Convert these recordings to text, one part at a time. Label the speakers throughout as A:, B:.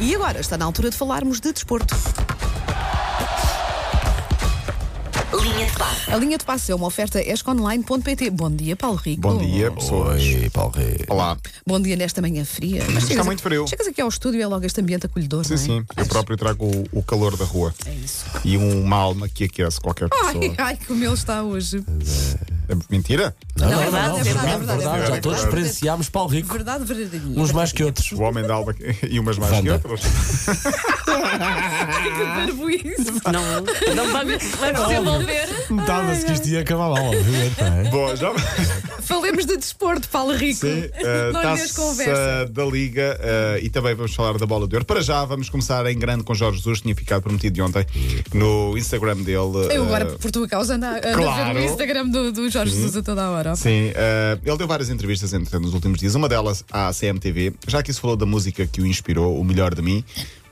A: E agora está na altura de falarmos de desporto.
B: Linha de passe.
A: A linha de passe é uma oferta esconline.pt. Bom dia, Paulo Rico.
C: Bom dia, pessoas.
D: Oi, Paulo Rei.
C: Olá.
A: Bom dia nesta manhã fria. Mas
C: Está
A: chegas
C: muito frio.
A: Chegas aqui ao estúdio e é logo este ambiente acolhedor,
C: Sim,
A: não é?
C: sim. Eu próprio trago o, o calor da rua.
A: É isso.
C: E uma alma que aquece qualquer pessoa.
A: Ai, ai, como ele está hoje.
C: É mentira?
A: Não, é verdade, é verdade, é verdade, é
D: Já
A: verdade.
D: todos experienciámos Paulo Rico,
A: Verdade verdadeira.
D: uns mais que outros.
C: O homem da alma que- e umas mais que
D: Wanda.
C: outras.
B: Não, não vamos desenvolver.
D: Notava-se que isto ia acabar mal, obviamente, não é?
C: Bom, já.
A: Falemos de desporto, Paulo Rico.
C: Sim, eh,
A: Não lhes
C: taça
A: conversa.
C: da Liga eh, e também vamos falar da bola de ouro. Para já, vamos começar em grande com Jorge Jesus, tinha ficado prometido de ontem no Instagram dele.
A: Eu
C: eh,
A: agora, por tua causa, ando a, ando a
C: claro.
A: ver no Instagram do, do Jorge Jesus a toda a hora.
C: Sim, eh, ele deu várias entrevistas entretanto, nos últimos dias, uma delas à CMTV, já que isso falou da música que o inspirou, o melhor de mim,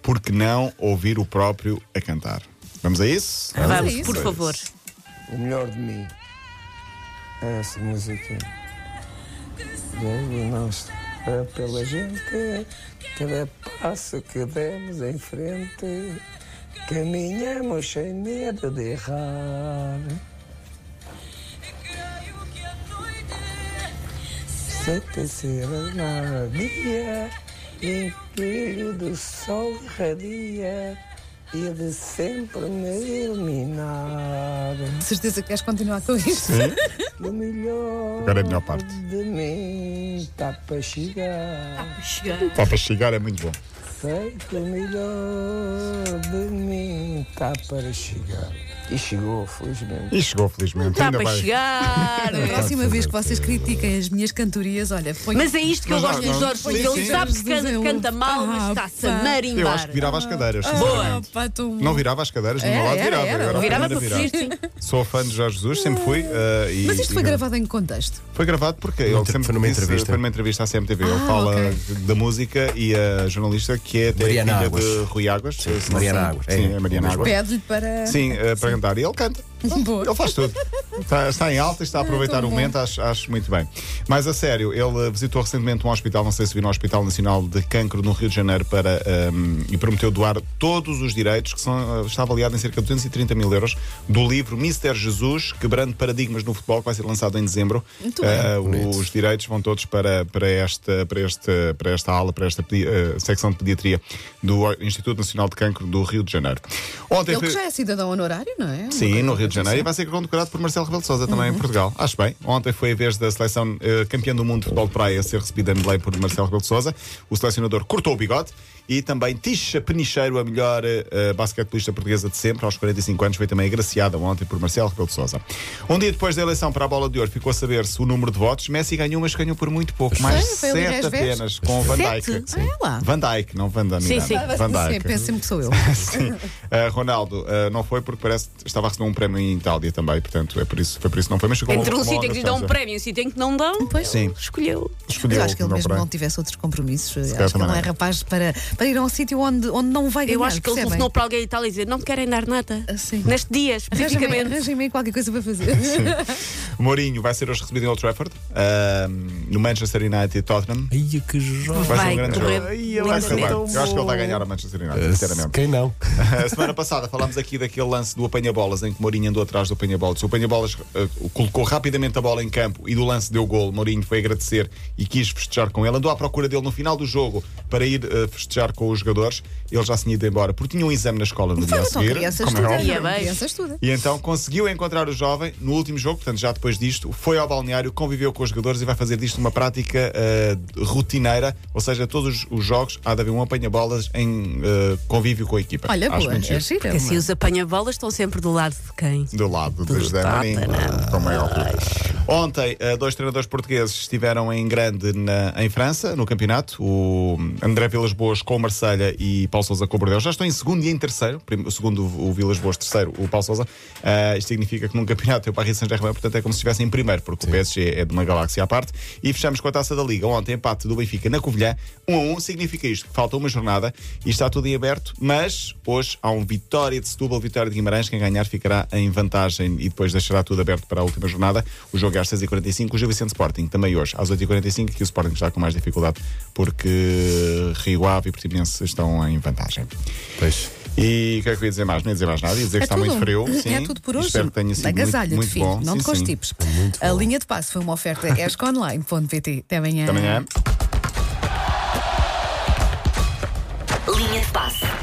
C: porque não ouvir o próprio a cantar? Vamos a é isso?
B: Vamos,
A: isso.
B: por favor.
E: O melhor de mim é essa música. E aí nós, é pela gente, cada passo que demos em frente, caminhamos sem medo de errar. Sei que será dia em que o do sol irradia e de sempre me iluminar.
A: De certeza que queres continuar com isto.
E: O melhor
C: Agora é a melhor parte.
E: de mim está para chegar.
C: Só para chegar é muito bom.
E: Sei que o melhor de mim está para chegar. E chegou, felizmente.
C: E chegou, felizmente.
A: Tá
B: Está
C: Ainda
B: para
C: bem.
B: chegar.
A: A próxima vez que vocês critiquem as minhas cantorias, olha, põe.
B: Mas é isto que eu
C: Mas
B: gosto
C: nós
B: dos
C: não-
B: Jorge, porque
C: Sim,
B: ele
C: sim.
B: sabe que canta, canta mal, mas
A: Ah,
B: está-se
A: pá.
B: a
C: Eu
B: marimbar.
C: acho que virava as cadeiras.
A: Ah, Boa!
C: sinceramente.
A: Pá, tô-
C: Não virava as cadeiras,
A: Era,
C: nenhum lado
A: era,
C: virava.
A: era.
C: Agora
B: Virava
C: aprendi a
B: para
C: virar.
B: fugir, sim.
C: Sou fã de Jorge Jesus, sempre fui. eh, e-
A: Mas isto foi
C: e-
A: gravado em que contexto?
C: Foi gravado porque
D: Numa
C: ele
D: entre-
C: sempre
D: foi numa
C: disse-
D: entrevista.
C: Foi numa entrevista à CMTV.
A: Ah,
C: ele fala
A: ok.
C: da música e a jornalista que é até
D: Mariana
C: filha
D: Águas.
C: de Rui Águas. se não
D: Mariana
C: sei.
D: Águas,
C: Sim,
D: é.
C: é Mariana Águas.
A: Pede-lhe para.
C: Sim, eh, para cantar. E ele canta.
A: É. Boa. Ah,
C: Ele faz tudo. Está, está em alta e está a aproveitar
A: tão
C: o
A: bom.
C: momento, acho, acho muito bem. Mas a sério, ele eh, visitou recentemente um hospital, não sei se viu, no Hospital Nacional de Cancro, no Rio de Janeiro, para, ehm, e prometeu doar todos os direitos, que são, eh, está avaliado em cerca de 230 mil euros, do livro Mister Jesus, Quebrando Paradigmas no Futebol, que vai ser lançado em dezembro.
A: Muito bem.
C: Eh, os direitos vão todos para, para, esta, para, esta, para esta ala, para esta pedi- eh, secção de pediatria do Instituto Nacional de Cancro do Rio de Janeiro. Ontem
A: Ele que
C: foi-
A: já é cidadão honorário, não é? Uhum.
C: Sim, no Rio de Janeiro. E vai ser condecorado por Marcelo Rebelo de Sousa, também em Portugal. Acho bem. Ontem foi a vez da seleção eh, campeã do mundo de futebol de praia a ser recebida em Belém por Marcelo Rebelo de Sousa. O selecionador cortou o bigode e também Tisha Penicheiro, a melhor eh, eh, basquetebolista portuguesa de sempre, aos 45 anos, foi também agraciada ontem por Marcelo Rebelo de Sousa. Um dia depois da eleição para a Bola de Ouro, ficou a saber-se o número de votos. Messi ganhou, mas ganhou por muito pouco. Mais
A: foi, foi ali
C: sete
A: às vezes.
C: apenas, com Van Dijk.
B: Sete?
A: Ah, é lá.
C: Van Dijk, não Van Dijk.
B: Sim, sim.
C: Van
A: Ah, Sim,
C: Dijk.
A: pensa sempre que sou eu.
C: Sim. Uh, Ronaldo, uh, não foi porque parece que estava a receber um prémio em Itália também, portanto, é por isso, foi por isso que não foi. Mas chegou
B: Entre um
C: uma
B: sítio em que lhe dão um
C: grande
B: prémio e um sítio em que não dão,
A: Pois.
C: Sim.
B: escolheu.
A: Mas
C: Escolheu
A: eu acho que ele
C: não
A: mesmo
C: prémio.
A: não tivesse outros compromissos.
C: calhar
A: acho que ele não é
C: também não.
A: rapaz para, para ir a um sítio onde, onde não vai ganhar.
B: Eu acho que ele
A: percebem?
B: telefonou para alguém e tal e dizer: não me querem dar nada.
A: Ah, sim.
B: Nestes dias,
A: Arranjem-me
B: especificamente.
A: arranjem-me qualquer coisa para fazer.
C: Mourinho vai ser hoje recebido em Old Trafford, uh, no Manchester United e Tottenham.
D: Ai, que jovem.
C: Vai, ser
B: Vai
C: um grande
B: correr
C: jogo. Ai, ele vai
B: lindamente.
C: ser bem. Eu acho que
A: um
C: ele vai ganhar a Manchester United,
A: Eh,
C: sinceramente.
D: Quem não?
C: A semana passada falámos aqui daquele lance do apanha-bolas em que Mourinho andou atrás do apanha-bolas. O apanha-bolas eh, colocou rapidamente a bola em campo e do lance deu gol. Mourinho foi agradecer e quis festejar com ele. Andou à procura dele no final do jogo para ir eh, festejar com os jogadores. Ele já se tinha ido embora porque tinha um exame na escola no dia a
A: São Então,
C: seguir.
A: crianças
C: como é
A: estuda.
C: óbvio.
B: E é bem.
A: Crianças estuda.
C: E então conseguiu encontrar o jovem no último jogo, portanto, já depois disto, foi ao balneário, conviveu com os jogadores e vai fazer disto uma prática eh, rotineira, ou seja, todos os, os jogos há de haver um apanha-bolas em eh, convívio com a equipa.
A: Olha,
C: Acho
A: boa.
C: muito
A: É
C: giro.
A: gira.
B: Porque assim, os apanha-bolas estão sempre do lado de quem?
C: Do lado de José Marinho,
B: Tottenham.
C: como é óbvio. Ontem, eh, dois treinadores portugueses estiveram em grande na- em França, no campeonato. O André Vilas Boas com o Marselha e Paulo Sousa com o Bordeaux. Já estão em segundo e em terceiro. Prim- segundo o o Vilas Boas, terceiro o Paulo Sousa. Eh, isto significa que num campeonato é o Paris Saint-Germain, portanto é como se estivesse em primeiro, porque o PSG é de uma galáxia à parte. E fechamos com a taça da Liga. Ontem, empate do Benfica na Covilhã. 1 a 1 significa isto, que falta uma jornada e está tudo em aberto, mas hoje há um Vitória de Setúbal, Vitória de Guimarães. Quem ganhar ficará em vantagem e depois deixará tudo aberto para a última jornada. O jogo é às 6h45, o Gil Vicente Sporting, também hoje, às 8h45, que o Sporting está com mais dificuldade, porque Rio Ave e Portimonense estão em vantagem.
D: Pois.
C: E o que é que eu ia dizer mais? Não ia dizer mais nada, ia dizer que está muito frio.
A: é
C: sim.
A: tudo por hoje.
C: Espero que tenha sido muito,
A: Agasalha-te,
C: muito
A: filho.
C: bom.
A: Não
C: Sim,
A: te
C: sim.
A: constipes.
D: Muito
A: A
D: bom.
A: linha de passo foi uma oferta esconline.pt. Até amanhã.
C: Até amanhã.
F: Linha de passe.